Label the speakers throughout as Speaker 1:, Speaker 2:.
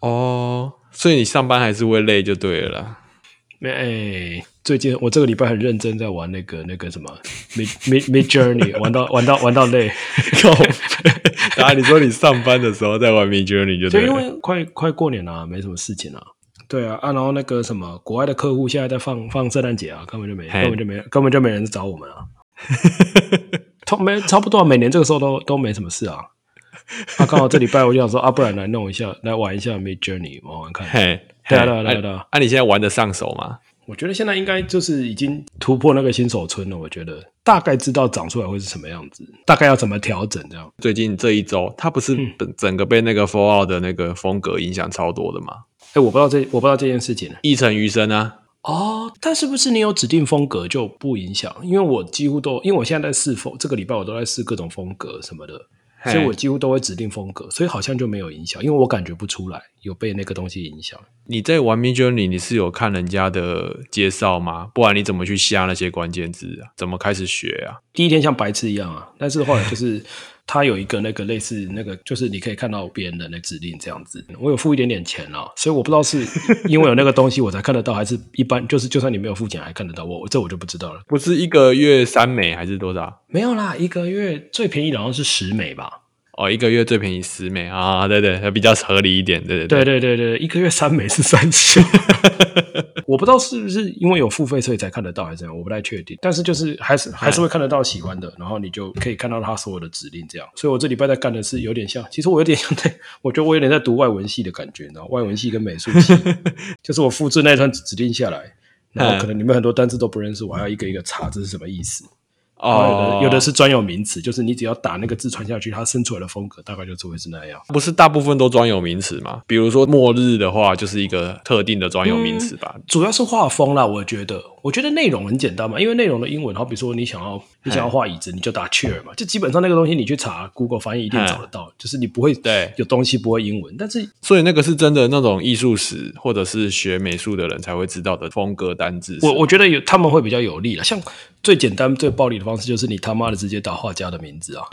Speaker 1: 哦所以你上班还是会累就对了啦。
Speaker 2: 没哎、最近我这个礼拜很认真在玩那个那个什么 Mid Mid Mid Journey，玩到玩到玩到 累，
Speaker 1: 然啊后你说你上班的时候在玩 Mid Journey 就
Speaker 2: 就
Speaker 1: 对
Speaker 2: 因
Speaker 1: 了。
Speaker 2: 为快快过年了、没什么事情啊。对啊，啊，然后那个什么，国外的客户现在在放放圣诞节啊，根本就没
Speaker 1: 嘿
Speaker 2: 根本就没根本就没人找我们啊。 差没差不多、啊，每年这个时候都都没什么事啊。啊，刚好这礼拜我就想说，啊，不然来弄一下，来玩一下 Mid Journey，玩玩看。
Speaker 1: 嘿，
Speaker 2: 对啊
Speaker 1: 嘿
Speaker 2: 对啊对啊
Speaker 1: 啊
Speaker 2: 对啊
Speaker 1: 啊你现在玩得上手吗？
Speaker 2: 我觉得现在应该就是已经突破那个新手村了。我觉得大概知道长出来会是什么样子，大概要怎么调整这样。
Speaker 1: 最近这一周，它不是整整个被那个 Fallout 的那个风格影响超多的吗？
Speaker 2: 哎，我不知道这我不知道这件事情呢。
Speaker 1: 一城余生啊，
Speaker 2: 哦，但是不是你有指定风格就不影响？因为我几乎都因为我现在在试风，这个礼拜我都在试各种风格什么的，
Speaker 1: 嘿
Speaker 2: 所以我几乎都会指定风格，所以好像就没有影响，因为我感觉不出来有被那个东西影响。
Speaker 1: 你在玩 Mid Journey，你是有看人家的介绍吗？不然你怎么去下那些关键字啊？怎么开始学啊？
Speaker 2: 第一天像白痴一样啊，但是后来就是它有一个那个类似那个，就是你可以看到别人的那指令这样子。我有付一点点钱啊，所以我不知道是因为有那个东西我才看得到，还是一般就是就算你没有付钱还看得到我，这我就不知道了。
Speaker 1: 不是一个月三美还是多少？
Speaker 2: 没有啦，一个月最便宜好像是十美吧？
Speaker 1: 哦，一个月最便宜十美啊，对对，比较合理一点，对对
Speaker 2: 对对对对，一个月三美是三十。我不知道是不是因为有付费所以才看得到，还是怎样，我不太确定。但是就是还是还是会看得到喜欢的，然后你就可以看到他所有的指令这样。所以我这礼拜在干的是有点像，其实我有点像在，我觉得我有点在读外文系的感觉，你知道，外文系跟美术系，就是我复制那串指令下来。然后可能你们很多单字都不认识，我还要一个一个查这是什么意思。然后有
Speaker 1: 哦
Speaker 2: 的有的是专有名词，就是你只要打那个字传下去，它生出来的风格大概就是会是那样。
Speaker 1: 不是大部分都专有名词嘛？比如说末日的话，就是一个特定的专有名词吧。
Speaker 2: 主要是画风啦，我觉得，我觉得内容很简单嘛，因为内容的英文，好比说你想要你想要画椅子，你就打 chair 嘛，就基本上那个东西你去查 Google 翻译一定
Speaker 1: 嗯
Speaker 2: 找得到，就是你不会
Speaker 1: 对
Speaker 2: 有东西不会英文，但是
Speaker 1: 所以那个是真的那种艺术史或者是学美术的人才会知道的风格单字。
Speaker 2: 我我觉得有他们会比较有利了，像最简单最暴力的方式就是你他妈的直接打画家的名字 啊，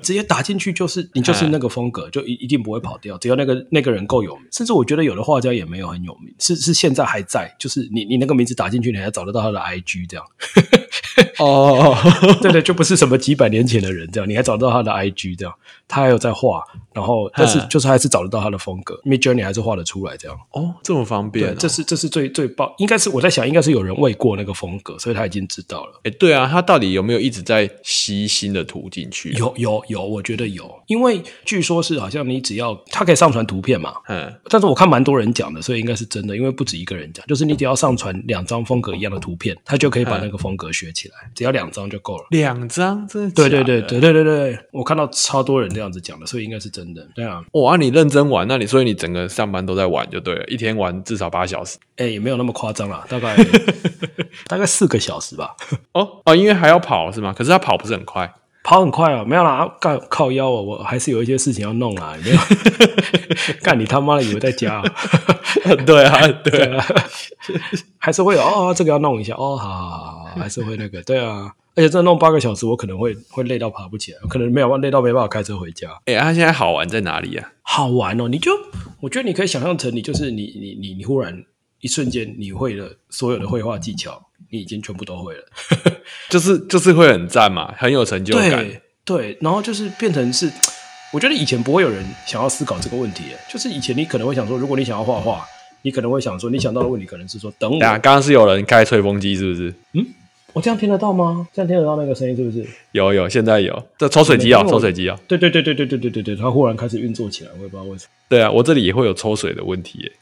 Speaker 2: 直接打进去就是你就是那个风格，就一一定不会跑掉，只要那个那个人够有名，甚至我觉得有的画家也没有很有名，是是现在还在，就是你你那个名字打进去，你还找得到他的 IG 这样。
Speaker 1: 哦，
Speaker 2: 对对，就不是什么几百年前的人这样，你还找得到他的 IG 这样，他还有在画，然后但是
Speaker 1: 嗯
Speaker 2: 就是还是找得到他的风格，Mid Journey 还是画得出来这样。
Speaker 1: 哦，这么方便、
Speaker 2: 对
Speaker 1: 哦，，
Speaker 2: 这是这是最最爆，应该是我在想，应该是有人喂过那个风格，所以他已经知道了。
Speaker 1: 哎，对啊，他到底有没有一直在吸新的图进去？，
Speaker 2: 有有有，我觉得有，因为据说是好像你只要他可以上传图片嘛，
Speaker 1: 嗯，
Speaker 2: 但是我看蛮多人讲的，所以应该是真的，因为不止一个人讲，就是你只要上传两张风格一样的图片，他就可以把那个风格学起来，只要两张就够了。
Speaker 1: 两张，真的
Speaker 2: 对
Speaker 1: 假
Speaker 2: 对
Speaker 1: 的
Speaker 2: 对对对对对，我看到超多人这样子讲的，所以应该是真的。对啊，
Speaker 1: 哇，啊你认真玩，那你所以你整个上班都在玩就对了，一天玩至少八小时。
Speaker 2: 哎，也没有那么夸张 啦，大概大概四个小时吧，
Speaker 1: 哦哦，因为还要跑是吗？可是他跑不是很快，
Speaker 2: 跑很快啊，没有啦，靠靠腰啊，我还是有一些事情要弄啊啦，没 有，干你他妈的以为在家、啊，
Speaker 1: 对啊， 对 啊，
Speaker 2: 还是会有哦，这个要弄一下哦，好好好好，还是会那个，对啊，而且这弄八个小时，我可能会会累到爬不起来，可能没有累到没办法开车回家，
Speaker 1: 哎、他、现在好玩在哪里啊？
Speaker 2: 好玩哦！你就我觉得你可以想象成你就是你你你你忽然一瞬间你会了所有的绘画技巧，你已经全部都会了，
Speaker 1: 就是就是会很赞嘛，很有成就感。
Speaker 2: 对对，然后就是变成是，我觉得以前不会有人想要思考这个问题耶，就是以前你可能会想说，如果你想要画画，你可能会想说，你想到的问题可能是说，等我
Speaker 1: 对啊，刚刚是有人开吹风机是不是？
Speaker 2: 我这样听得到吗？这样听得到那个声音是不是？
Speaker 1: 有有，现在有这抽水机啊、
Speaker 2: 没有
Speaker 1: 抽水机啊、
Speaker 2: 对对对对对对对对对，它忽然开始运作起来，我也不知道为什么。
Speaker 1: 对啊，我这里也会有抽水的问题 耶，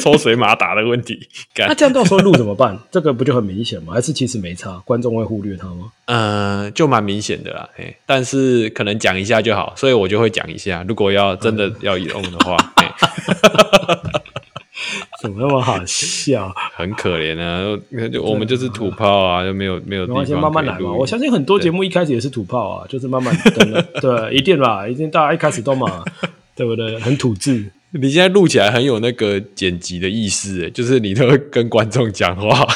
Speaker 1: 抽水马达的问题。 干
Speaker 2: 那、，这样到时候录怎么办？这个不就很明显吗？还是其实没差，观众会忽略它吗？
Speaker 1: 呃，就蛮明显的啦，哎、但是可能讲一下就好，所以我就会讲一下。如果要真的要用的 话，哎、
Speaker 2: 怎么那么好笑？
Speaker 1: 很可怜啊，那就我们就是土炮啊，就没有没有地方
Speaker 2: 没关
Speaker 1: 可
Speaker 2: 系，
Speaker 1: 以
Speaker 2: 慢慢来嘛。
Speaker 1: 录
Speaker 2: 我相信很多节目一开始也是土炮 啊，就是慢慢等了，对，一定啦，一定大家一开始都嘛，对不对？很土质，
Speaker 1: 你现在录起来很有那个剪辑的意思耶，就是你都会跟观众讲话。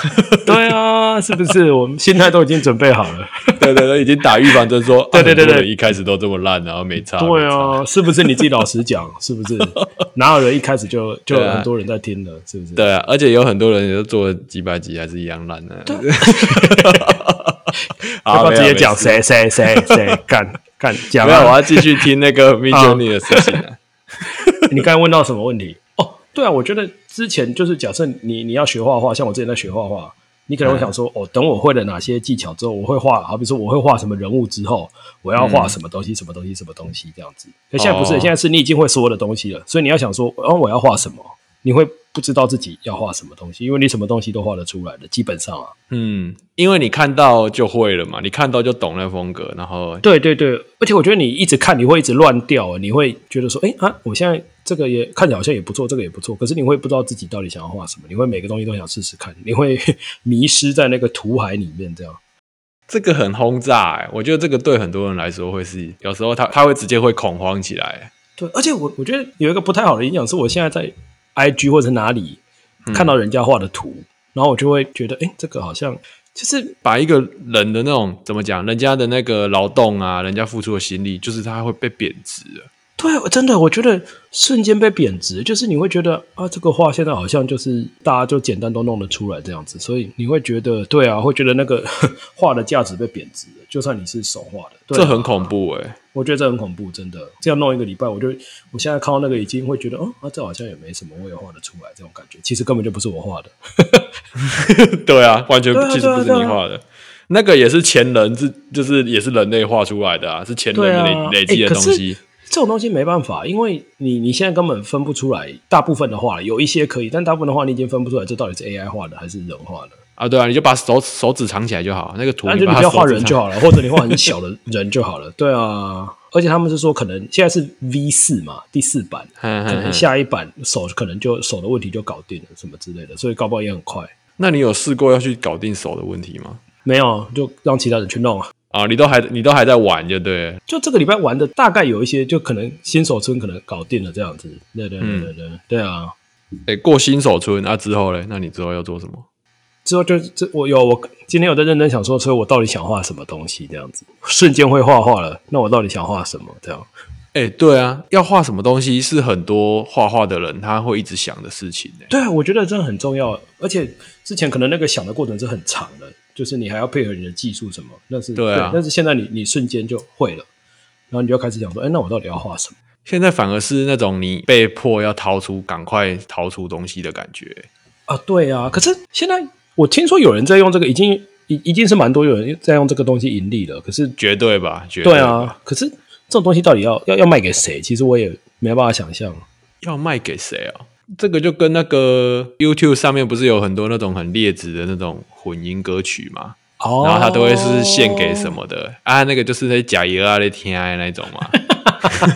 Speaker 2: 对啊，是不是？ 我们心态都已经准备好了。
Speaker 1: 对对对，已经打预防针说，啊
Speaker 2: 对对对
Speaker 1: 很多人
Speaker 2: 对
Speaker 1: 一开始都这么烂，然后没差。
Speaker 2: 对
Speaker 1: 没差，
Speaker 2: 啊，是不是你自己老实讲？是不是？哪有人一开始就就
Speaker 1: 对
Speaker 2: 有
Speaker 1: 啊
Speaker 2: 很多人在听了？是不是？
Speaker 1: 对啊，而且有很多人也都做了几百集还是一样烂的、啊。 好
Speaker 2: 要不要直
Speaker 1: 没
Speaker 2: 接
Speaker 1: 有
Speaker 2: 讲
Speaker 1: 啊没事
Speaker 2: 谁谁谁谁干干讲
Speaker 1: 没有，我
Speaker 2: 啊？
Speaker 1: 要继续听那个 m i j o u r n e y 的事情、啊。
Speaker 2: 你刚才问到什么问题？哦，对啊，我觉得之前就是假设你你要学画画，像我之前在学画画，你可能会想说，哦，等我会了哪些技巧之后，我会画，好比说我会画什么人物之后，我要画什么东西，什么东西，什么东西这样子。可现在不是，
Speaker 1: 哦
Speaker 2: 现在是你已经会所有的东西了，所以你要想说，哦，我要画什么，你会不知道自己要画什么东西，因为你什么东西都画得出来的，基本上啊。
Speaker 1: 嗯，因为你看到就会了嘛，你看到就懂那风格，然后
Speaker 2: 对对对，而且我觉得你一直看，你会一直乱掉，欸你会觉得说，哎啊，我现在这个也看起来好像也不错，这个也不错，可是你会不知道自己到底想要画什么，你会每个东西都想试试看，你会 迷失在那个图海里面，这样。
Speaker 1: 这个很轰炸、欸。我觉得这个对很多人来说会是，有时候他他会直接会恐慌起来。
Speaker 2: 对，而且我我觉得有一个不太好的影响是，我现在在 IG 或者哪里看到人家画的图，然后我就会觉得，哎，这个好像就是
Speaker 1: 把一个人的那种怎么讲，人家的那个劳动啊，人家付出的心力，就是他会被贬值了。
Speaker 2: 对，我真的，我觉得瞬间被贬值，就是你会觉得啊，这个画现在好像就是大家就简单都弄得出来这样子，所以你会觉得，对啊，会觉得那个 画的价值被贬值了，就算你是手画的，对啊
Speaker 1: 这很恐怖哎、
Speaker 2: 我觉得这很恐怖，真的。这样弄一个礼拜，我就我现在看到那个已经会觉得，哦，啊，这好像也没什么，我也画得出来这种感觉，其实根本就不是我画的，
Speaker 1: 对啊，完全
Speaker 2: 对啊
Speaker 1: 其实不是
Speaker 2: 对啊对啊
Speaker 1: 你画的，那个也是前人是就是也是人类画出来的啊，欸是前人
Speaker 2: 对
Speaker 1: 类、
Speaker 2: 啊，
Speaker 1: 累积
Speaker 2: 诶
Speaker 1: 的
Speaker 2: 可
Speaker 1: 东
Speaker 2: 是
Speaker 1: 西。
Speaker 2: 这种东西没办法，因为你你现在根本分不出来，大部分的画有一些可以，但大部分的画你已经分不出来，这到底是 AI 画的还是人画的。
Speaker 1: 啊，对啊，你就把手手指藏起来就好，那个图
Speaker 2: 那
Speaker 1: 你
Speaker 2: 就你
Speaker 1: 把它
Speaker 2: 不要画
Speaker 1: 手指
Speaker 2: 人
Speaker 1: 藏
Speaker 2: 就好了，或者你画很小的人就好了。 对啊，而且他们是说可能现在是 V 四嘛，第四版，
Speaker 1: 嗯嗯
Speaker 2: 可能
Speaker 1: 嗯
Speaker 2: 下一版手可能就手的问题就搞定了什么之类的，所以搞不好也很快。
Speaker 1: 那你有试过要去搞定手的问题吗？
Speaker 2: 没有，就让其他人去弄啊。
Speaker 1: 啊，你都还你都还在玩就对了，
Speaker 2: 就这个礼拜玩的大概有一些，就可能新手村可能搞定了这样子。对对
Speaker 1: 嗯
Speaker 2: 对对对、对啊！
Speaker 1: 哎、过新手村啊之后嘞，那你之后要做什么？
Speaker 2: 之后就这我有我今天有在认真想说，所以我到底想画什么东西这样子，瞬间会画画了。那我到底想画什么这样？
Speaker 1: 哎、对啊，要画什么东西是很多画画的人他会一直想的事情呢、
Speaker 2: 对啊，我觉得真的很重要，而且之前可能那个想的过程是很长的，就是你还要配合你的技术什么，那是
Speaker 1: 对啊
Speaker 2: 但是现在你你瞬间就会了，然后你就开始想说，哎，那我到底要画什么？
Speaker 1: 现在反而是那种你被迫要掏出，赶快掏出东西的感觉、
Speaker 2: 啊，对啊，可是现在我听说有人在用这个，已经已已经是蛮多有人在用这个东西盈利了，可是
Speaker 1: 绝对吧？绝
Speaker 2: 对
Speaker 1: 吧，
Speaker 2: 啊，可是这种东西到底要要要卖给谁？其实我也没办法想象。
Speaker 1: 要卖给谁啊？这个就跟那个 YouTube 上面不是有很多那种很劣质的那种混音歌曲嘛，
Speaker 2: 哦
Speaker 1: 然后他都会是献给什？么的、啊？那个就是在假油啊、在天啊那种嘛。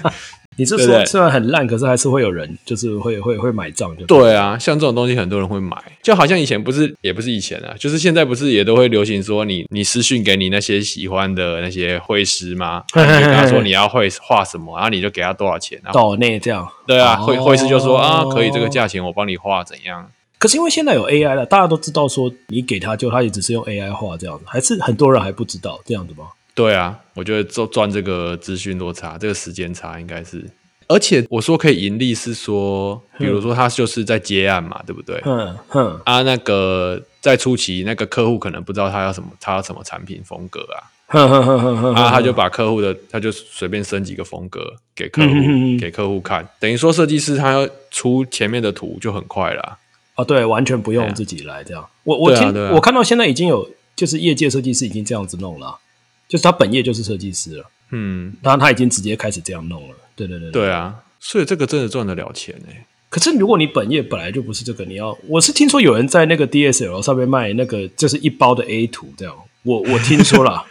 Speaker 2: 哦你是
Speaker 1: 对不
Speaker 2: 说
Speaker 1: 对
Speaker 2: 虽然很烂，可是还是会有人就是会会会买账，就
Speaker 1: 对啊，像这种东西很多人会买，就好像以前不是，也不是以前啊，就是现在不是也都会流行说你你私讯给你那些喜欢的那些绘师吗？啊
Speaker 2: 嘿
Speaker 1: 你
Speaker 2: 嘿嘿
Speaker 1: 就跟他说你要绘画什么，然后你就给他多少钱，然后
Speaker 2: 岛内这样。
Speaker 1: 对啊，绘绘师就说啊
Speaker 2: 哦
Speaker 1: 可以这个价钱我帮你画怎样？
Speaker 2: 可是因为现在有 AI 了，大家都知道说你给他就他也只是用 AI 画这样子，还是很多人还不知道这样子吗？
Speaker 1: 对啊，我觉得赚赚这个资讯落差，这个时间差应该是。而且我说可以盈利是说，比如说他就是在接案嘛，对不对？
Speaker 2: 哼哼，
Speaker 1: 啊，那个在初期那个客户可能不知道他要什么，他要什么产品风格啊，
Speaker 2: 哼哼哼哼哼，
Speaker 1: 啊，他就把客户的，他就随便升几个风格给客户，
Speaker 2: 嗯嗯嗯嗯
Speaker 1: 给客户看，等于说设计师他要出前面的图就很快啦。
Speaker 2: 啊，对，完全不
Speaker 1: 对
Speaker 2: 用
Speaker 1: 啊
Speaker 2: 自己来这样。我我
Speaker 1: 对啊
Speaker 2: 听
Speaker 1: 对啊
Speaker 2: 我看到现在已经有就是业界设计师已经这样子弄了啊，就是他本业就是设计师了，
Speaker 1: 嗯，
Speaker 2: 然后他已经直接开始这样弄了。对对对。
Speaker 1: 对啊，所以这个真的赚得了钱哎、
Speaker 2: 可是如果你本业本来就不是这个，你要我是听说有人在那个 DSL 上面卖那个就是一包的 A 图这样，我我听说啦。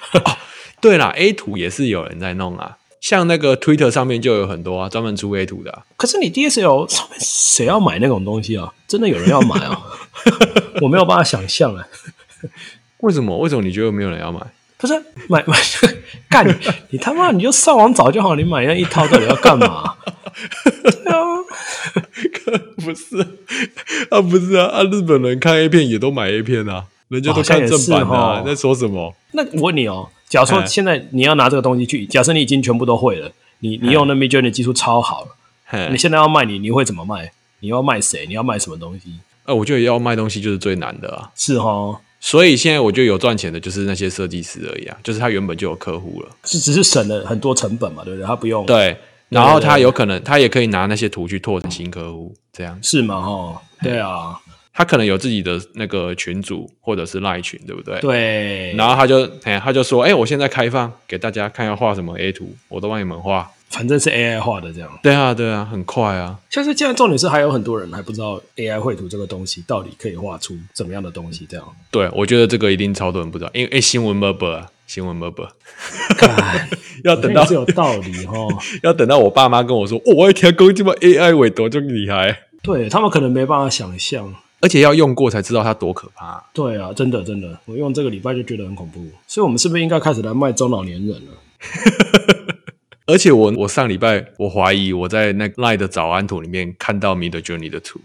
Speaker 1: 对啦，A 图也是有人在弄啊，像那个 Twitter 上面就有很多啊，专门出 A 图的啊、
Speaker 2: 可是你 DSL 上面谁要买那种东西啊？真的有人要买啊？ 我没有办法想象啊！
Speaker 1: 为什么？为什么你觉得没有人要买？
Speaker 2: 不是买 买干你你他妈你就上网找就好，你买那一套到底要干嘛？对啊，
Speaker 1: 不是 啊，不是啊，啊，日本人看 A 片也都买 A 片啊，人家都
Speaker 2: 好像
Speaker 1: 看
Speaker 2: 也
Speaker 1: 正
Speaker 2: 是
Speaker 1: 版
Speaker 2: 哦
Speaker 1: 啊，你在说什么？
Speaker 2: 那我问你哦，假如说
Speaker 1: 哎
Speaker 2: 现在你要拿这个东西去，假设你已经全部都会了，你
Speaker 1: 哎
Speaker 2: 你用那 Mid Journey 技术超好了，
Speaker 1: 嘿
Speaker 2: 你现在要卖你，你会怎么卖？你要卖谁？你要卖什么东西？
Speaker 1: 啊，我觉得要卖东西就是最难的啊，
Speaker 2: 是哦，
Speaker 1: 所以现在我觉得有赚钱的就是那些设计师而已啊，就是他原本就有客户了。
Speaker 2: 是只是省了很多成本嘛，对不对？他不用，，
Speaker 1: 对，然
Speaker 2: 对
Speaker 1: 后
Speaker 2: 对
Speaker 1: 他
Speaker 2: 对
Speaker 1: 有可能，他也可以拿那些图去拓展新客户，这样
Speaker 2: 是吗？哦，对啊，
Speaker 1: 他可能有自己的那个群组或者是赖群，对不对？。
Speaker 2: 对，
Speaker 1: 然后他就，哎，他就说，哎，我现在开放给大家看要画什么 A 图，我都帮你们画。
Speaker 2: 反正是 AI 化的这样。
Speaker 1: 对啊，对啊，很快啊。
Speaker 2: 像是现在重点是还有很多人还不知道 AI 绘图这个东西到底可以画出怎么样的东西，这样。
Speaker 1: 对，我觉得这个一定超多人不知道，因为哎，新闻 b 啊，新闻 b
Speaker 2: 干
Speaker 1: 要
Speaker 2: 好像
Speaker 1: 等
Speaker 2: 也
Speaker 1: 到
Speaker 2: 是有道理哦。
Speaker 1: 要等到我爸妈跟我说，哦、我一条公鸡巴 AI 尾多就厉害，
Speaker 2: 对他们可能没办法想象。
Speaker 1: 而且要用过才知道它多可怕啊、
Speaker 2: 对啊，真的真的，我用这个礼拜就觉得很恐怖，所以我们是不是应该开始来卖中老年人了？
Speaker 1: 而且我我上礼拜我怀疑我在那个 Line 的早安图里面看到 Mid Journey 的图，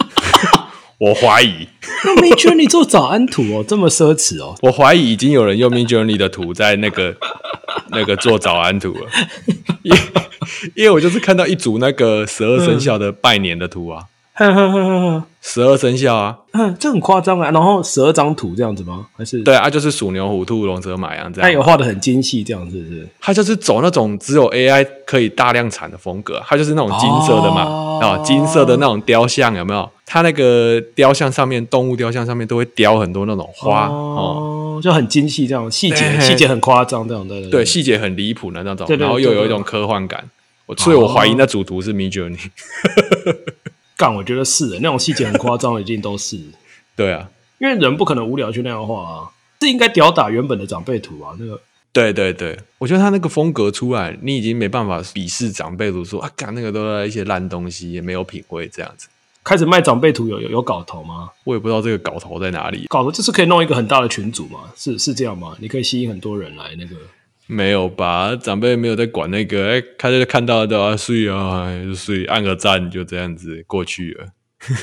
Speaker 1: 我怀疑，
Speaker 2: 那没觉得你做早安图哦，这么奢侈哦？
Speaker 1: 我怀疑已经有人用 Mid Journey 的图在那个 那个做早安图了，因为因为我就是看到一组那个十二生肖的拜年的图啊，
Speaker 2: 哼哼哼哼哼
Speaker 1: 十二生肖啊，
Speaker 2: 哼，这很夸张啊！然后十二张图这样子吗？还是
Speaker 1: 对啊，就是鼠牛虎兔龙蛇马羊这
Speaker 2: 他有
Speaker 1: 样，
Speaker 2: 画的很精细，这样是不是？
Speaker 1: 它就是走那种只有 AI 可以大量产的风格，它就是那种金色的嘛，
Speaker 2: 哦
Speaker 1: 啊、金色的那种雕像有没有？它那个雕像上面，动物雕像上面都会雕很多那种花哦。
Speaker 2: 哦，就很精细，这样细节
Speaker 1: 对
Speaker 2: 细节很夸张，这样对对
Speaker 1: 对，细节很离谱的那种，
Speaker 2: 对对
Speaker 1: 然后又有一种科幻感，我所以我怀疑那主图是 Mid Journey。
Speaker 2: 干，我觉得是的那种细节很夸张，的，一定都是， 因
Speaker 1: 对啊，
Speaker 2: 为人不可能无聊去那样画啊，这应该吊打原本的长辈图啊，那个
Speaker 1: 对对对，我觉得他那个风格出来，你已经没办法鄙视长辈如说啊，干那个都在一些烂东西，也没有品味这样子。
Speaker 2: 开始卖长辈图有有有搞头吗？
Speaker 1: 我也不知道这个搞头在哪里，
Speaker 2: 搞头就是可以弄一个很大的群组嘛，是是这样吗？你可以吸引很多人来那个，
Speaker 1: 没有吧？长辈没有在管那个，哎、他就看到的啊，睡啊，哎就睡，按个赞就这样子过去了，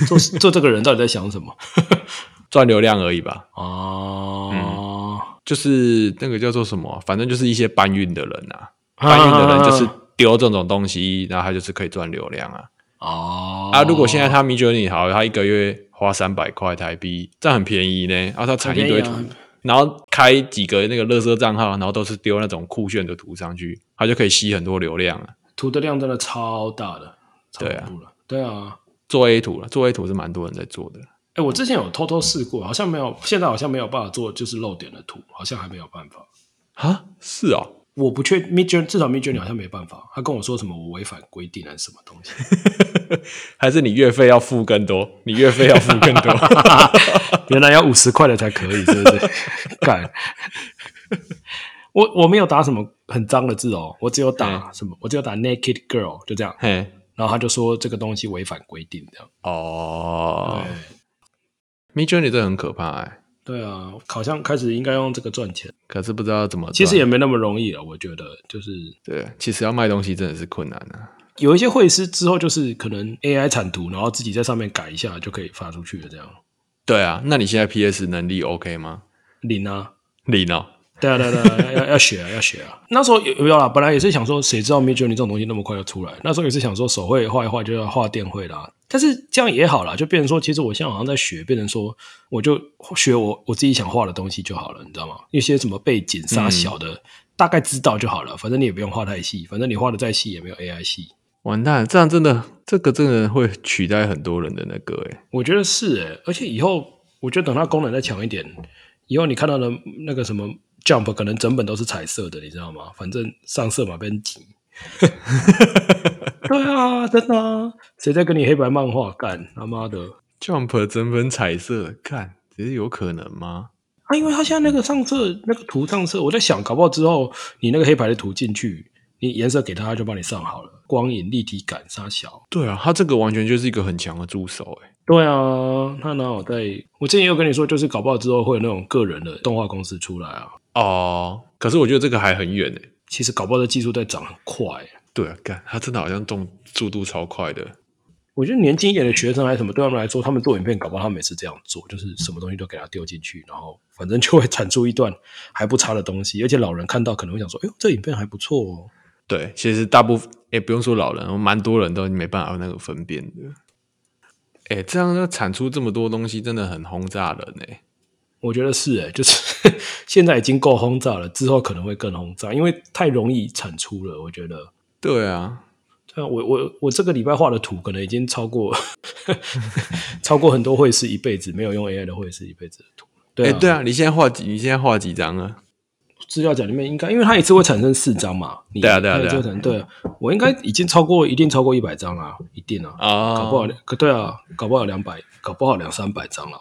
Speaker 2: 做 做这个人到底在想什么
Speaker 1: 赚流量而已吧。嗯
Speaker 2: 啊？
Speaker 1: 就是那个叫做什么啊、反正就是一些搬运的人啊，搬运的人就是丢这种东西，然后他就是可以赚流量啊。
Speaker 2: 啊
Speaker 1: 啊，如果现在他米酒你好，他一个月花三百块台币，这样很便宜呢。啊，他产一堆图
Speaker 2: 很便宜，
Speaker 1: 然后开几个那个乐色账号，然后都是丢那种酷炫的图上去，他就可以吸很多流量啊。
Speaker 2: 图的量真的超大的，超
Speaker 1: 对啊
Speaker 2: 恐怖了，对啊。
Speaker 1: 做 A 图了，做 A 图是蛮多人在做的。
Speaker 2: 哎，我之前有偷偷试过，好像没有，现在好像没有办法做，就是漏点的图，好像还没有办法。
Speaker 1: 啊，是哦，
Speaker 2: 我不确 Mid Journey，至少 Mid Journey 好像没办法。他跟我说什么我违反规定还是什么东西？
Speaker 1: 还是你月费要付更多？你月费要付更 多？
Speaker 2: 原来要五十块的才可以，是不是？ 干，我我没有打什么很脏的字哦，我只有打什么，我只有打 naked girl 就这样。
Speaker 1: 嘿，
Speaker 2: 然后他就说这个东西违反规定，这样。
Speaker 1: 哦
Speaker 2: 对
Speaker 1: ，Mid Journey 这很可怕哎、
Speaker 2: 对啊，好像开始应该用这个赚钱，
Speaker 1: 可是不知道怎么赚。
Speaker 2: 其实也没那么容易了。我觉得就是
Speaker 1: 对，其实要卖东西真的是困难啊。
Speaker 2: 有一些会师之后，就是可能 AI 产图，然后自己在上面改一下就可以发出去了，这样。
Speaker 1: 对啊，那你现在 PS 能力 OK 吗？
Speaker 2: 零啊，
Speaker 1: 零哦，
Speaker 2: 对啊，对啊，对啊，要要要学啊，要学啊！那时候有有啦，本来也是想说，谁知道 Mid Journey 这种东西那么快就出来？那时候也是想说，手绘画一画就要画电绘啦。但是这样也好啦，就变成说，其实我现在好像在学，变成说，我就学我我自己想画的东西就好了，你知道吗？一些什么背景、沙小的，大概知道就好了。反正你也不用画太细，反正你画的再细也没有 AI 细。
Speaker 1: 完蛋，这样真的，这个真的会取代很多人的那个哎、
Speaker 2: 我觉得是诶、而且以后我觉得等它功能再强一点，以后你看到的那个什么 Jump 可能整本都是彩色的，你知道吗？反正上色嘛，被人挤。 对啊，真的、啊，谁在跟你黑白漫画干？他妈的！
Speaker 1: Jump 真分彩色，看，其实有可能吗？
Speaker 2: 啊，因为他现在那个上色那个图上色，我在想，搞不好之后你那个黑白的图进去，你颜色给他，他就帮你上好了，光影立体感杀小。
Speaker 1: 对啊，他这个完全就是一个很强的助手哎、
Speaker 2: 对啊，他哪有在？我之前也有跟你说，就是搞不好之后会有那种个人的动画公司出来啊。
Speaker 1: 哦，可是我觉得这个还很远哎、
Speaker 2: 其实搞不好这技术在涨很快。
Speaker 1: 对啊，干，他真的好像动速度超快的。
Speaker 2: 我觉得年轻一点的学生还是什么，对他们来说，他们做影片，搞不好他们也是这样做，就是什么东西都给他丢进去，然后反正就会产出一段还不差的东西。而且老人看到可能会想说：“哎呦，这影片还不错哦。
Speaker 1: 对，其实大部分也不用说老人，蛮多人都没办法有那个分辨的。哎、这样要产出这么多东西，真的很轰炸人哎、”
Speaker 2: 我觉得是哎、就是 现在已经够轰炸了，之后可能会更轰炸，因为太容易产出了。我觉得，
Speaker 1: 对啊，
Speaker 2: 对啊，我我我这个礼拜画的图可能已经超过 超过很多会师一辈子没有用 AI 的会师一辈子的图。
Speaker 1: 哎、
Speaker 2: 对啊，
Speaker 1: 对啊，你现在画几？你现在画几张啊？
Speaker 2: 资料夹里面应该，因为它一次会产生四张嘛。你
Speaker 1: 对啊对啊
Speaker 2: 那
Speaker 1: 对
Speaker 2: 就
Speaker 1: 啊
Speaker 2: 可能对啊，我应该已经超过，一定超过一百张啦，一定啊，
Speaker 1: 啊，
Speaker 2: 搞不好，可对啊，搞不好两百，搞不好两三百张了。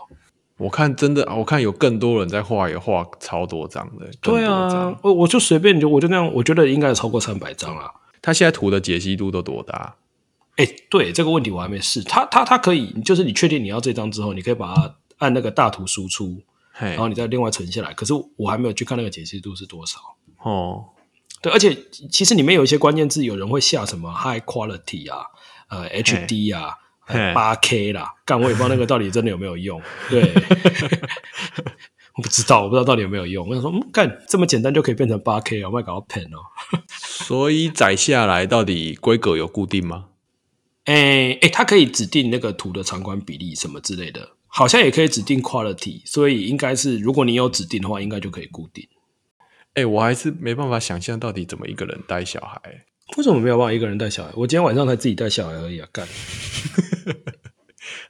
Speaker 1: 我看真的，啊我看有更多人在画，也画超多张的。更
Speaker 2: 对
Speaker 1: 多
Speaker 2: 啊
Speaker 1: 张，，
Speaker 2: 我我就随便就我就那样，我觉得应该超过三百张啊啦。
Speaker 1: 他现在图的解析度都多大？
Speaker 2: 哎，对这个问题我还没试，它它它可以，就是你确定你要这张之后，你可以把它按那个大图输出，
Speaker 1: 嘿
Speaker 2: 然，后你再另外存下来。可是我还没有去看那个解析度是多少。
Speaker 1: 哦，
Speaker 2: 对，而且其实里面有一些关键字，有人会下什么 high quality 啊，呃 HD 啊，
Speaker 1: 嘿
Speaker 2: 八 K 啦，干我也不知道那个到底真的有没有用。对， 我不知道，我不知道到底有没有用。我想说，嗯，干这么简单就可以变成八 K 哦，卖搞到 pen 哦。
Speaker 1: 所以载下来到底规格有固定吗？
Speaker 2: 哎哎，它可以指定那个图的长宽比例什么之类的，好像也可以指定 quality，所以应该是如果你有指定的话，应该就可以固定。
Speaker 1: 哎、我还是没办法想象到底怎么一个人带小孩。
Speaker 2: 为什么没有办法一个人带小孩？我今天晚上才自己带小孩而已啊，干。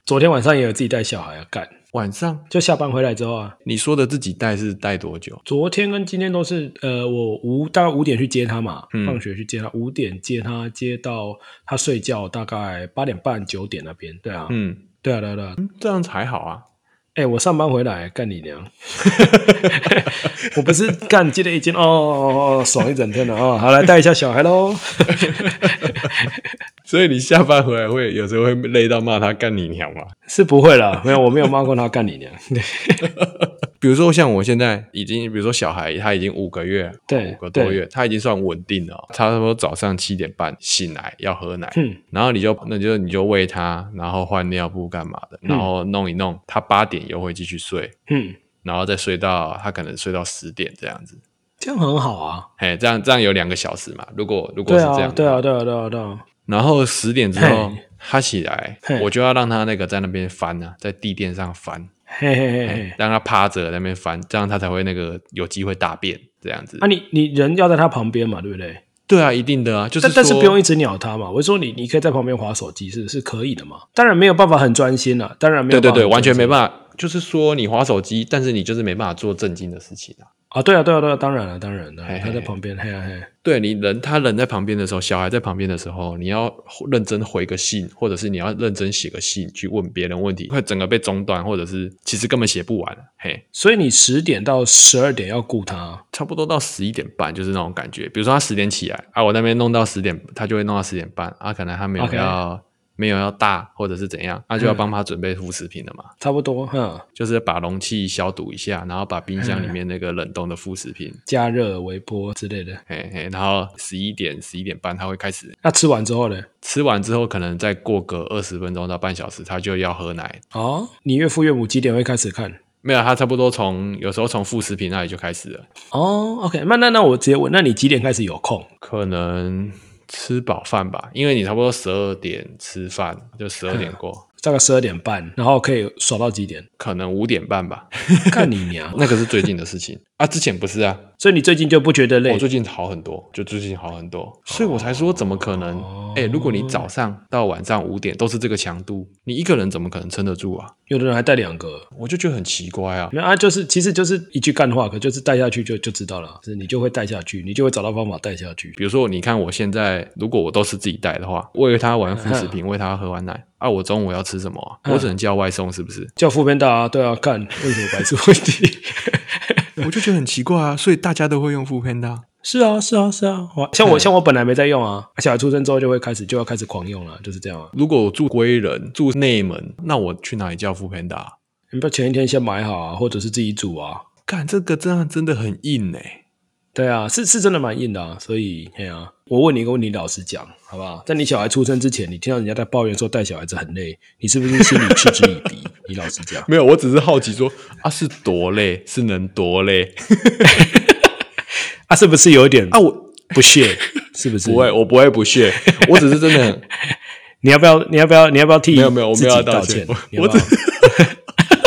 Speaker 2: 昨天晚上也有自己带小孩啊，干。
Speaker 1: 晚上
Speaker 2: 就下班回来之后啊，
Speaker 1: 你说的自己带是带多久？
Speaker 2: 昨天跟今天都是，呃，我五大概五点去接他嘛，
Speaker 1: 嗯
Speaker 2: 放学去接他，五点接他，接到他睡觉大概八点半九点那边，对啊，
Speaker 1: 嗯，
Speaker 2: 对啊，对啊，对啊，
Speaker 1: 嗯这样子还好啊。
Speaker 2: 哎、我上班回来干你娘！ 我不是干接了一斤哦哦哦，爽一整天了哦，好来带一下小孩喽。
Speaker 1: 所以你下班回来会有时候会累到骂他干你娘吗？
Speaker 2: 是不会啦，没有，我没有骂过他干你 娘。对
Speaker 1: 比如说像我现在已经，比如说小孩他已经五个月，
Speaker 2: 对
Speaker 1: 五个多
Speaker 2: 对
Speaker 1: 月，他已经算稳定了哦。差不多早上七点半醒来要喝奶，
Speaker 2: 嗯
Speaker 1: 然后你就那就你就喂他，然后换尿布干嘛的，然后弄一弄，他八点又会继续睡，
Speaker 2: 嗯，
Speaker 1: 然后再睡到他可能睡到十点这样子。
Speaker 2: 这样很好啊。
Speaker 1: 嘿，这样这样有两个小时嘛？如果如果
Speaker 2: 对
Speaker 1: 是这
Speaker 2: 啊
Speaker 1: 样，，
Speaker 2: 对啊，对啊，对啊，对啊。
Speaker 1: 然后十点之后
Speaker 2: 嘿
Speaker 1: 他起来
Speaker 2: 嘿，
Speaker 1: 我就要让他那个在那边翻啊，在地垫上翻，
Speaker 2: 嘿嘿嘿
Speaker 1: 嘿
Speaker 2: 嘿。
Speaker 1: 让他趴着在那边翻，这样他才会那个有机会大便这样子
Speaker 2: 啊。你，你人要在他旁边嘛，对不对？
Speaker 1: 对啊，一定的啊，就是
Speaker 2: 但但是
Speaker 1: 说
Speaker 2: 不用一直鸟他嘛。我是说你，你可以在旁边划手机，是是可以的嘛。当然没有办法很专心了，当然没
Speaker 1: 对
Speaker 2: 有
Speaker 1: 对
Speaker 2: 办法
Speaker 1: 对，完全没
Speaker 2: 法
Speaker 1: 办法。就是说你划手机，但是你就是没办法做正经的事情啊。
Speaker 2: 啊。对啊，对啊，对啊，当然了，当然了，当然
Speaker 1: 嘿嘿
Speaker 2: 他在
Speaker 1: 嘿
Speaker 2: 旁边，嘿啊嘿。
Speaker 1: 对你人他人在旁边的时候，小孩在旁边的时候，你要认真回个信，或者是你要认真写个信去问别人问题，会整个被中断，或者是其实根本写不完。嘿，
Speaker 2: 所以你十点到十二点要顾他，
Speaker 1: 差不多到十一点半就是那种感觉。比如说他十点起来啊，我那边弄到十点，他就会弄到十点半啊，可能他没有
Speaker 2: OK 嗯
Speaker 1: 要没有要大或者是怎样，那、啊就要帮他准备副食品了嘛，
Speaker 2: 差不多，哈，
Speaker 1: 就是把容器消毒一下，然后把冰箱里面那个冷冻的副食品。
Speaker 2: 加热、微波之类的。
Speaker 1: 嘿嘿，然后十一点十一点半他会开始
Speaker 2: 那吃完之后呢？
Speaker 1: 吃完之后，可能再过个二十分钟到半小时，他就要喝奶。
Speaker 2: 哦，你岳父岳母几点会开始看？
Speaker 1: 没有，他差不多从有时候从副食品那里就开始了，
Speaker 2: 哦，OK，那那那我直接问，那你几点开始有空？
Speaker 1: 可能吃饱饭吧，因为你差不多十二点吃饭，就十二点过，
Speaker 2: 大概十二点半，然后可以耍到几 点？
Speaker 1: 可能五点半吧，
Speaker 2: 看你娘！
Speaker 1: 那个是最近的事情啊，之前不是啊，
Speaker 2: 所以你最近就不觉得
Speaker 1: 我、
Speaker 2: 累？
Speaker 1: 最近好很多，就最近好很多，所以我才说怎么可能？哎、如果你早上到晚上五点都是这个强度，你一个人怎么可能撑得住啊？
Speaker 2: 有的人还带两个，
Speaker 1: 我就觉得很奇怪啊。
Speaker 2: 没有啊，就是其实就是一句干话，可就是带下去就就知道了，是你就会带下去，你就会找到方法带下去。
Speaker 1: 比如说，你看我现在，如果我都是自己带的话，喂他玩副食品，喂他喝完 奶，啊，我中午要吃什么啊、我只能叫外送，是不是？
Speaker 2: 叫副编大啊，对啊，干为什么白痴问题？
Speaker 1: 我就觉得很奇怪啊，所以大家都会用副 Panda。
Speaker 2: 是啊，是啊，是啊，我像我像我本来没在用啊，小孩出生之后就会开始就要开始狂用了，就是这样啊。
Speaker 1: 如果我住归仁，住内门，那我去哪里叫副 Panda？啊
Speaker 2: 你不要前一天先买好啊，或者是自己煮啊。
Speaker 1: 干，这个真的真的很硬哎、
Speaker 2: 对啊，是是真的蛮硬的啊，所以嘿啊，我问你一个问题，老实讲，好不好？在你小孩出生之前，你听到人家在抱怨说带小孩子很累，你是不是心里嗤之以鼻？你老实 讲，
Speaker 1: 没有，我只是好奇说啊，是多累，是能多累？
Speaker 2: 啊，是不是有一点
Speaker 1: 啊，我
Speaker 2: 不屑？是不是？
Speaker 1: 不会，我不会不屑，我只是真的 很
Speaker 2: 你要不要？你要不要？你要不要替
Speaker 1: 没有没有，我没有要
Speaker 2: 自己道
Speaker 1: 歉，
Speaker 2: 你
Speaker 1: 我
Speaker 2: 要
Speaker 1: 我
Speaker 2: 不
Speaker 1: 只
Speaker 2: 要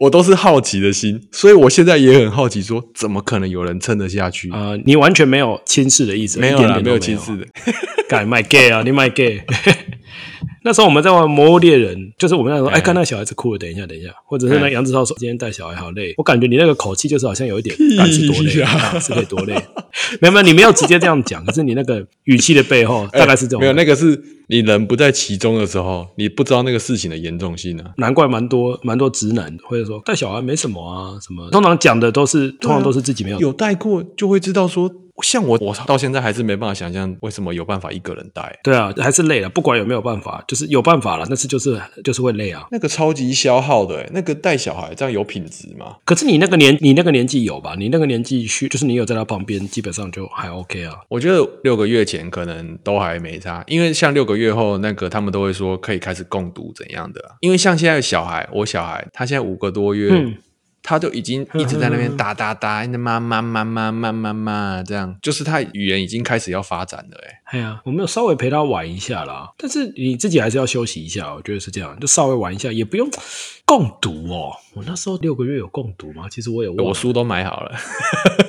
Speaker 1: 我都是好奇的心，所以我现在也很好奇说怎么可能有人撑得下去？
Speaker 2: 呃，你完全没有轻视的意思，
Speaker 1: 没有
Speaker 2: 一点
Speaker 1: 啦，
Speaker 2: 点
Speaker 1: 没
Speaker 2: 都没
Speaker 1: 有啊歧视的，
Speaker 2: 敢卖 gay 啊，你卖 gay。那时候我们在玩《魔物猎人》，就是我们那时候，哎、
Speaker 1: 哎
Speaker 2: 看那小孩子哭了，等一下，等一下，或者是那
Speaker 1: 哎
Speaker 2: 杨志超说今天带小孩好累，我感觉你那个口气就是好像有 一点
Speaker 1: 屁，呀
Speaker 2: 干是多累，啊是可以多累。没有没有，你没有直接这样讲，可是你那个语气的背后大概是这
Speaker 1: 哎
Speaker 2: 种，
Speaker 1: 没有那个是你人不在其中的时候，你不知道那个事情的严重性啊。
Speaker 2: 难怪蛮多蛮多直男会说带小孩没什么啊，什么通常讲的都是通常都是自己没有
Speaker 1: 有带过就会知道说，像我，我到现在还是没办法想象为什么有办法一个人带。
Speaker 2: 对啊，还是累了，不管有没有办法，就是有办法了，但是就是就是会累啊。
Speaker 1: 那个超级消耗的、欸，那个带小孩这样有品质吗？
Speaker 2: 可是你那个年，你那个年纪有吧？你那个年纪需，就是你有在他旁边，基本上就还 OK 啊。
Speaker 1: 我觉得六个月前可能都还没差，因为像六个月后那个他们都会说可以开始共读怎样的啊、因为像现在小孩，我小孩他现在五个多月，
Speaker 2: 嗯
Speaker 1: 他就已经一直在那 边哒哒哒，那妈妈妈妈妈妈妈这样，就是他语言已经开始要发展了、欸，
Speaker 2: 哎呀，我们有稍微陪他玩一下啦，但是你自己还是要休息一下，我觉得是这样，就稍微玩一下，也不用共读哦。我那时候六个月有共读吗？其实我也忘了。
Speaker 1: 我书都买好了，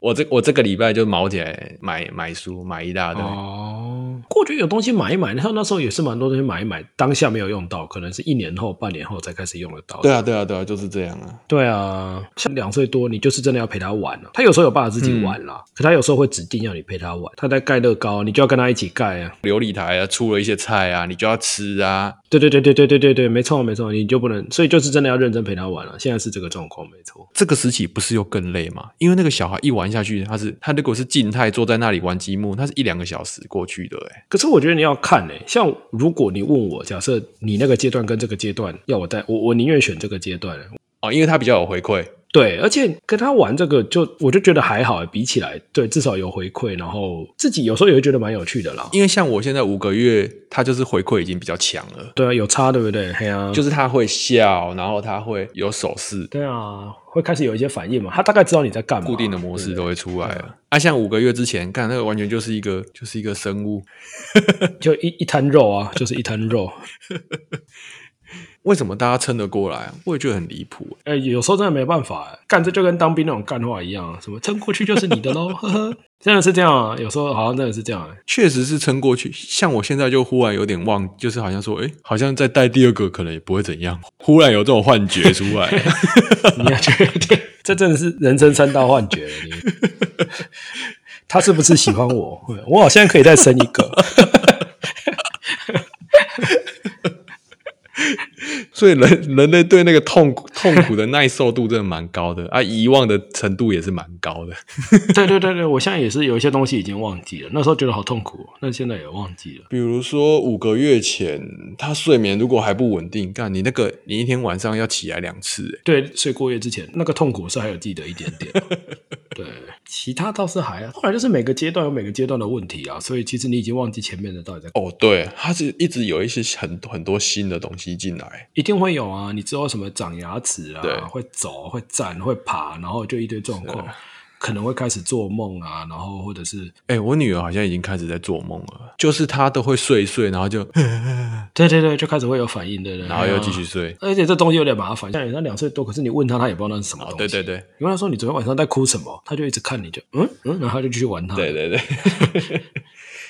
Speaker 1: 我这我这个礼拜就毛起来买买书，买一大堆。
Speaker 2: 哦，不过我觉得有东西买一买，然后那时候也是蛮多东西买一买，当下没有用到，可能是一年后、半年后才开始用得到。
Speaker 1: 对啊，对啊，对啊，就是这样啊。
Speaker 2: 对啊，像两岁多，你就是真的要陪他玩啊了、他有时候有办法自己玩啦，可他有时候会指定要你陪他玩。他在盖乐高，你就要跟他一起盖啊。
Speaker 1: 琉璃台啊，出了一些菜啊，你就要吃啊。
Speaker 2: 对对对对对对对对，没错没错，你就不能，所以就是真的要认真陪他玩了、啊现在是这个状况，没错。
Speaker 1: 这个时期不是又更累吗？因为那个小孩一玩下去，他是他如果是静态坐在那里玩积木，他是一两个小时过去的、欸，
Speaker 2: 可是我觉得你要看呢、欸像如果你问我，假设你那个阶段跟这个阶段要我带我，我宁愿选这个阶段。欸
Speaker 1: 哦，因为他比较有回馈。
Speaker 2: 对，而且跟他玩这个就，我就觉得还好、欸比起来，对，至少有回馈，然后自己有时候也会觉得蛮有趣的啦。
Speaker 1: 因为像我现在五个月，他就是回馈已经比较强了，
Speaker 2: 对啊，有差，对不对？嘿啊，
Speaker 1: 就是他会笑，然后他会有手势，
Speaker 2: 对啊，会开始有一些反应嘛，他大概知道你在干嘛，
Speaker 1: 固定的模
Speaker 2: 哦
Speaker 1: 式都会出来了。啊，像五个月之前，看那个完全就是一个就是一个生物。
Speaker 2: 就一一滩肉啊， 就是一滩肉。
Speaker 1: 为什么大家撑得过来？啊我也觉得很离谱。
Speaker 2: 哎、有时候真的没办法、干这就跟当兵那种干话一样、啊，什么撑过去就是你的喽， 呵呵，真的是这样啊，有时候好像真的是这样、欸。
Speaker 1: 确实是撑过去，像我现在就忽然有点忘，就是好像说，哎，好像再带第二个可能也不会怎样，忽然有这种幻觉出来。
Speaker 2: 你要觉得 这真的是人生三大幻觉了，你。 他是不是喜欢我？ 我好像可以再生一 个。
Speaker 1: 所以人人类对那个痛苦痛苦的耐受度真的蛮高的啊，遗忘的程度也是蛮高的。
Speaker 2: 对对对对，我现在也是有一些东西已经忘记了，那时候觉得好痛苦，那现在也忘记了。
Speaker 1: 比如说五个月前，他睡眠如果还不稳定，干你那个你一天晚上要起来两次、欸诶
Speaker 2: 对，睡过夜之前那个痛苦是还有记得一点点。对，其他倒是还好。后来就是每个阶段有每个阶段的问题啊，所以其实你已经忘记前面的到底在，
Speaker 1: 哦，对，他是一直有一些很很多新的东西进来，
Speaker 2: 一定会有啊。你之后什么长牙齿
Speaker 1: 对啊
Speaker 2: 啊，会走、会站、会爬，然后就一堆状况，可能会开始做梦啊，然后或者是
Speaker 1: 哎、我女儿好像已经开始在做梦了，就是她都会睡一睡，然后 就，
Speaker 2: 对对对，就开始会有反应，对对对，
Speaker 1: 然后又继续。睡。
Speaker 2: 而且这东西有点麻烦，像人家两岁多，可是你问他，他也不知道那是什么
Speaker 1: 哦
Speaker 2: 东，西。
Speaker 1: 对对对，
Speaker 2: 你问他说你昨天晚上在哭什么，他就一直看你就嗯嗯，然后他就继续玩他的。
Speaker 1: 对对对。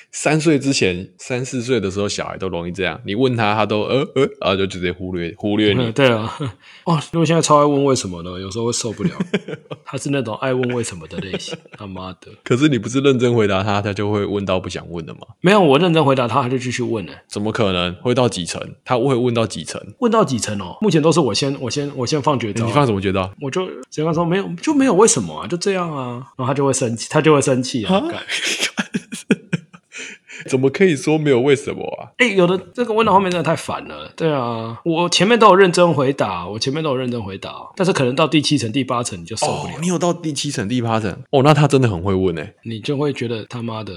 Speaker 1: 三岁之前，三四岁的时候，小孩都容易这样。你问他，他都呃呃，然后就直接忽略忽略
Speaker 2: 嗯，
Speaker 1: 你。
Speaker 2: 对啊，哦，因为现在超爱问为什么呢，有时候会受 不了。他是那种爱问为什么的类型，他妈的，
Speaker 1: 可是你不是认真回答他，他就会问到不想问的吗？
Speaker 2: 没有我认真回答他，他就继续问了、
Speaker 1: 怎么可能会到几层？他会问到几层？
Speaker 2: 问到几层哦？目前都是我先，我先，我先放绝招啊、
Speaker 1: 你放什么觉得啊？
Speaker 2: 我就直接跟他说没有，就没有为什么啊，就这样啊，然后他就会生气，他就会生气啊。干
Speaker 1: 怎么可以说没有为什么啊？
Speaker 2: 哎、有的这个问到后面真的太烦了。对啊，我前面都有认真回答，我前面都有认真回答，但是可能到第七层、第八层你就受不
Speaker 1: 哦
Speaker 2: 了，，
Speaker 1: 你有到第七层、第八层哦，那他真的很会问哎、
Speaker 2: 你就会觉得他妈的，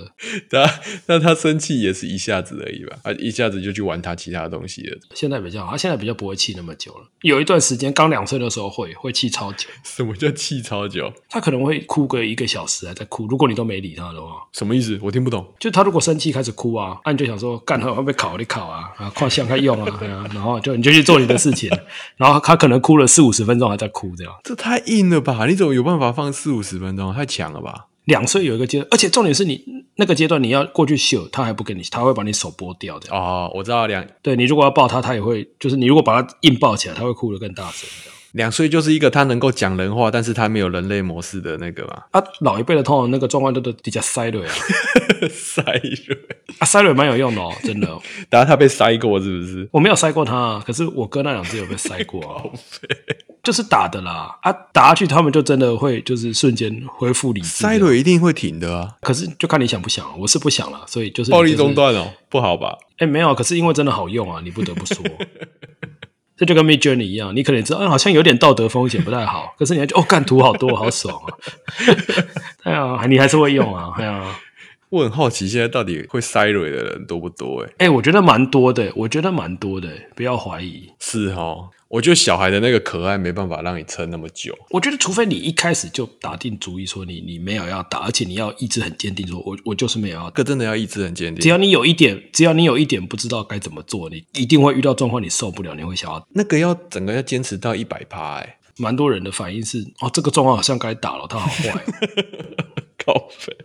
Speaker 1: 他那 他生气也是一下子而已吧？啊，一下子就去玩他其他东西了，
Speaker 2: 现在比较好，他啊现在比较不会气那么久了。有一段时间刚两岁的时候会会气超久，
Speaker 1: 什么叫气超久？
Speaker 2: 他可能会哭个一个小时啊还在哭，如果你都没理他的话。
Speaker 1: 什么意思？我听不懂。
Speaker 2: 就他如果生气开始哭啊，那、你就想说干他会被考你考啊，啊，看像他用啊，对 啊，然后就你就去做你的事情， 然后他可能哭了四五十分钟还在哭这样。
Speaker 1: 这太硬了吧？你怎么有办法放四五十分钟？太强了吧？
Speaker 2: 两岁有一个阶段，而且重点是你那个阶段你要过去秀，他还不给你，他会把你手剥掉的。
Speaker 1: 哦，我知道两
Speaker 2: 对你如果要抱他，他也会，就是你如果把他硬抱起来，他会哭得更大声。这样
Speaker 1: 两岁就是一个他能够讲人话，但是他没有人类模式的那个嘛，
Speaker 2: 啊，老一辈的通常那个状况都都比较塞蕊啊，
Speaker 1: 塞瑞，
Speaker 2: 啊塞蕊蛮有用的哦，真的。
Speaker 1: 然后他被塞过是不是？
Speaker 2: 我没有塞过他、啊，可是我哥那两只有被塞过 啊，就是打的啦啊，打下去他们就真的会就是瞬间恢复理智。
Speaker 1: 塞，瑞一定会停的啊！
Speaker 2: 可是就看你想不想，啊我是不想了，所以就是
Speaker 1: 暴力中
Speaker 2: 就是
Speaker 1: 断哦，不好吧？
Speaker 2: 哎、没有，可是因为真的好用啊，你不得 不说。这就跟 Mid Journey 一样，你可能知道，哎，好像有点道德风险不太好，可是你还觉得哦，干图好多，好爽啊！ 哎呀，你还是会用啊，哎呀，
Speaker 1: 我很好奇，现在到底会塞瑞的人多不多、欸？哎，
Speaker 2: 哎，我觉得蛮多的，我觉得蛮多的，不要怀疑。
Speaker 1: 是哦，我觉得小孩的那个可爱没办法让你撑那么久。
Speaker 2: 我觉得，除非你一开始就打定主意说你你没有要打，而且你要意志很坚定，说我我就是没有要打。
Speaker 1: 这个真的要意志很坚
Speaker 2: 只
Speaker 1: 定。
Speaker 2: 要你有一点，只要你有一点不知道该怎么做，你一定会遇到状况，你受不了，你会想要。
Speaker 1: 那个要整个要坚持到一百趴， 哎、
Speaker 2: 蛮多人的反应是，哦，这个状况好像该打了，他好坏。哦
Speaker 1: 高分。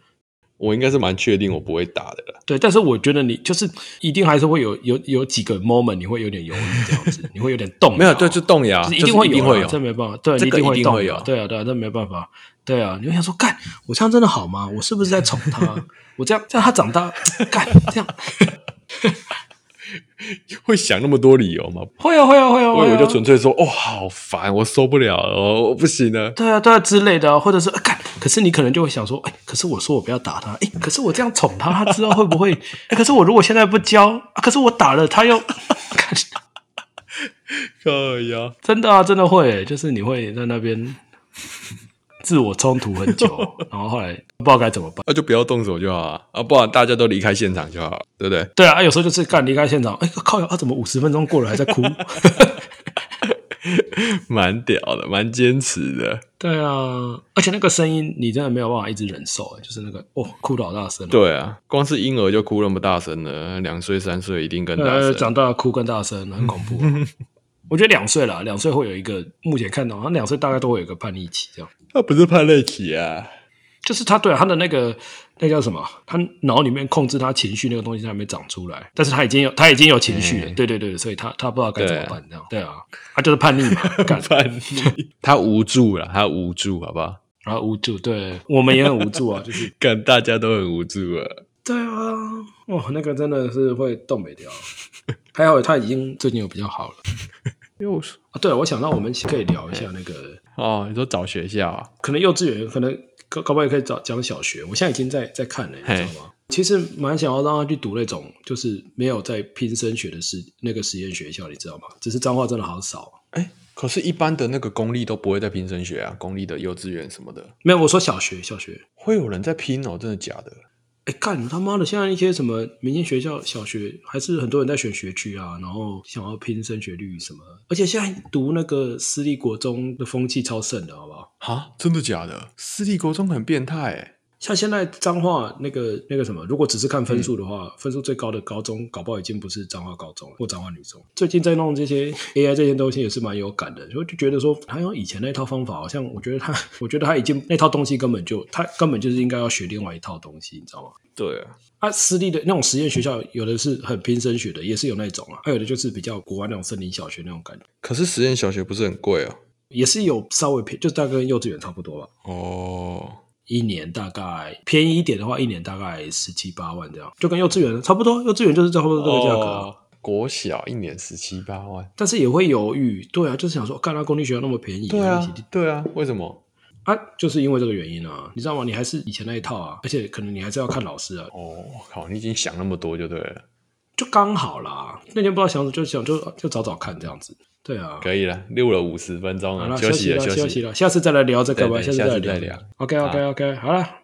Speaker 1: 我应该是蛮确定我不会打的了。
Speaker 2: 对，但是我觉得你就是一定还是会有有有几个 moment 你会有点犹豫这样子，你会有点动摇，
Speaker 1: 没有，对，就动摇，
Speaker 2: 就是一
Speaker 1: 就
Speaker 2: 定
Speaker 1: 是
Speaker 2: 会
Speaker 1: 一定
Speaker 2: 有啊
Speaker 1: 会
Speaker 2: 啦，
Speaker 1: 有。
Speaker 2: 这没办法，对，
Speaker 1: 这
Speaker 2: 你
Speaker 1: 个
Speaker 2: 定
Speaker 1: 一
Speaker 2: 会
Speaker 1: 定
Speaker 2: 动
Speaker 1: 会
Speaker 2: 摇
Speaker 1: 有
Speaker 2: 对啊，对啊，这没办法，对啊，你会想说，干，我这样真的好吗？我是不是在宠他？ 我这样这样他长大，干这样
Speaker 1: 会想那么多理由吗？
Speaker 2: 会啊会啊会啊，
Speaker 1: 我以为
Speaker 2: 会啊
Speaker 1: 就纯粹说，哦，好烦，我受不了了， 我我不行了。
Speaker 2: 对啊对啊之类的啊，或者是啊干、可是你可能就会想说，哎、可是我说我不要打他，哎、可是我这样宠他，他之后会不 会？哎、可是我如果现在不教，啊、可是我打了他又。 干
Speaker 1: 可以啊，
Speaker 2: 真的啊，真的会，就是你会在那边自我冲突很久，然后后来不知道该怎么办。
Speaker 1: 那、就不要动手就好啊，啊，不然大家都离开现场就好了，对不对？
Speaker 2: 对啊，啊有时候就是干离开现场，哎、靠呀，啊，怎么五十分钟过了还在哭？
Speaker 1: 蛮屌的，蛮坚持的。
Speaker 2: 对啊，而且那个声音你真的没有办法一直忍受，哎就是那个哦，哭的好大声、哦。
Speaker 1: 对啊，光是婴儿就哭那么大声了，两岁三岁一定更大
Speaker 2: 呃，
Speaker 1: 声。
Speaker 2: 长大哭更大声，很恐怖、啊 我觉得两岁啦，两岁会有一个，目前看到，好像两岁大概都会有一个叛逆期，这样，
Speaker 1: 那不是叛逆期啊，
Speaker 2: 就是他对、啊、他的那个那叫什么，他脑里面控制他情绪那个东西他还没长出来，但是他已经有他已经有情绪了，对对对，所以他他不知道该怎么办，这样哎对啊，他就是叛逆 嘛，干
Speaker 1: 叛逆，他无助了，他无助，好不好？
Speaker 2: 然后无助，对我们也很无助啊，就是
Speaker 1: 干，大家都很无助啊。
Speaker 2: 对啊，哇，那个真的是会冻北掉，啊还好他已经最近有比较好了
Speaker 1: 又
Speaker 2: 啊。对，我想到我们可以聊一下那个，
Speaker 1: 哦，你说找学校啊？
Speaker 2: 可能幼稚园，可能搞搞不好也可以找讲小学，我现在已经在在看了，你
Speaker 1: 嘿
Speaker 2: 知道吗？其实蛮想要让他去读那种就是没有在拼升学的实那个实验学校，你知道吗？只是彰化真的好少啊，
Speaker 1: 哎，可是，一般的那个公立都不会在拼升学啊，公立的幼稚园什么的，
Speaker 2: 没有我说小学小学，
Speaker 1: 会有人在拼哦？真的假的？
Speaker 2: 哎干你他妈的！现在一些什么民间学校小学，还是很多人在选学区啊，然后想要拼升学率什么，而且现在读那个私立国中的风气超盛的，好不好？
Speaker 1: 哈，真的假的？私立国中很变态哎、
Speaker 2: 像现在彰化那个那个什么，如果只是看分数的话，分数最高的高中，搞不好已经不是彰化高中了或彰化女中。最近在弄这些 AI 这些东西，也是蛮有感的，所以就觉得说，他用以前那套方法，好像我觉得他， 我觉得他已经那套东西根本就他根本就是应该要学另外一套东西，你知道吗？
Speaker 1: 对啊，
Speaker 2: 啊，私立的那种实验学校，有的是很拼升学的，也是有那种啊，还有的就是比较国外那种森林小学那种感觉，
Speaker 1: 可是实验小学不是很贵哦？
Speaker 2: 也是有稍微便，就大概跟幼稚园差不多吧。
Speaker 1: 哦，
Speaker 2: 一年大概便宜一点的话，一年大概十七八万这样，就跟幼稚园差不多，幼稚园就是差不多这个价格啊、
Speaker 1: 哦国小一年十七八万，
Speaker 2: 但是也会犹豫，对啊，就是想说，干他公立学校那么便宜，
Speaker 1: 对
Speaker 2: 一
Speaker 1: 啊
Speaker 2: 起，
Speaker 1: 对啊，为什么？
Speaker 2: 啊，就是因为这个原因啊，你知道吗？你还是以前那一套啊，而且可能你还是要看老师啊，
Speaker 1: 哦，靠，你已经想那么多就对了，
Speaker 2: 就刚好啦。那天不知道想就想就就找找看这样子，对啊。
Speaker 1: 可以了，录了五十分钟
Speaker 2: 好
Speaker 1: 了，
Speaker 2: 了，
Speaker 1: 休
Speaker 2: 休
Speaker 1: 息了，
Speaker 2: 了，休
Speaker 1: 息
Speaker 2: 了，下次再来聊这个吧，
Speaker 1: 对对
Speaker 2: 次
Speaker 1: 下次
Speaker 2: 再
Speaker 1: 再
Speaker 2: 聊。
Speaker 1: 聊
Speaker 2: OK，OK，OK，好了，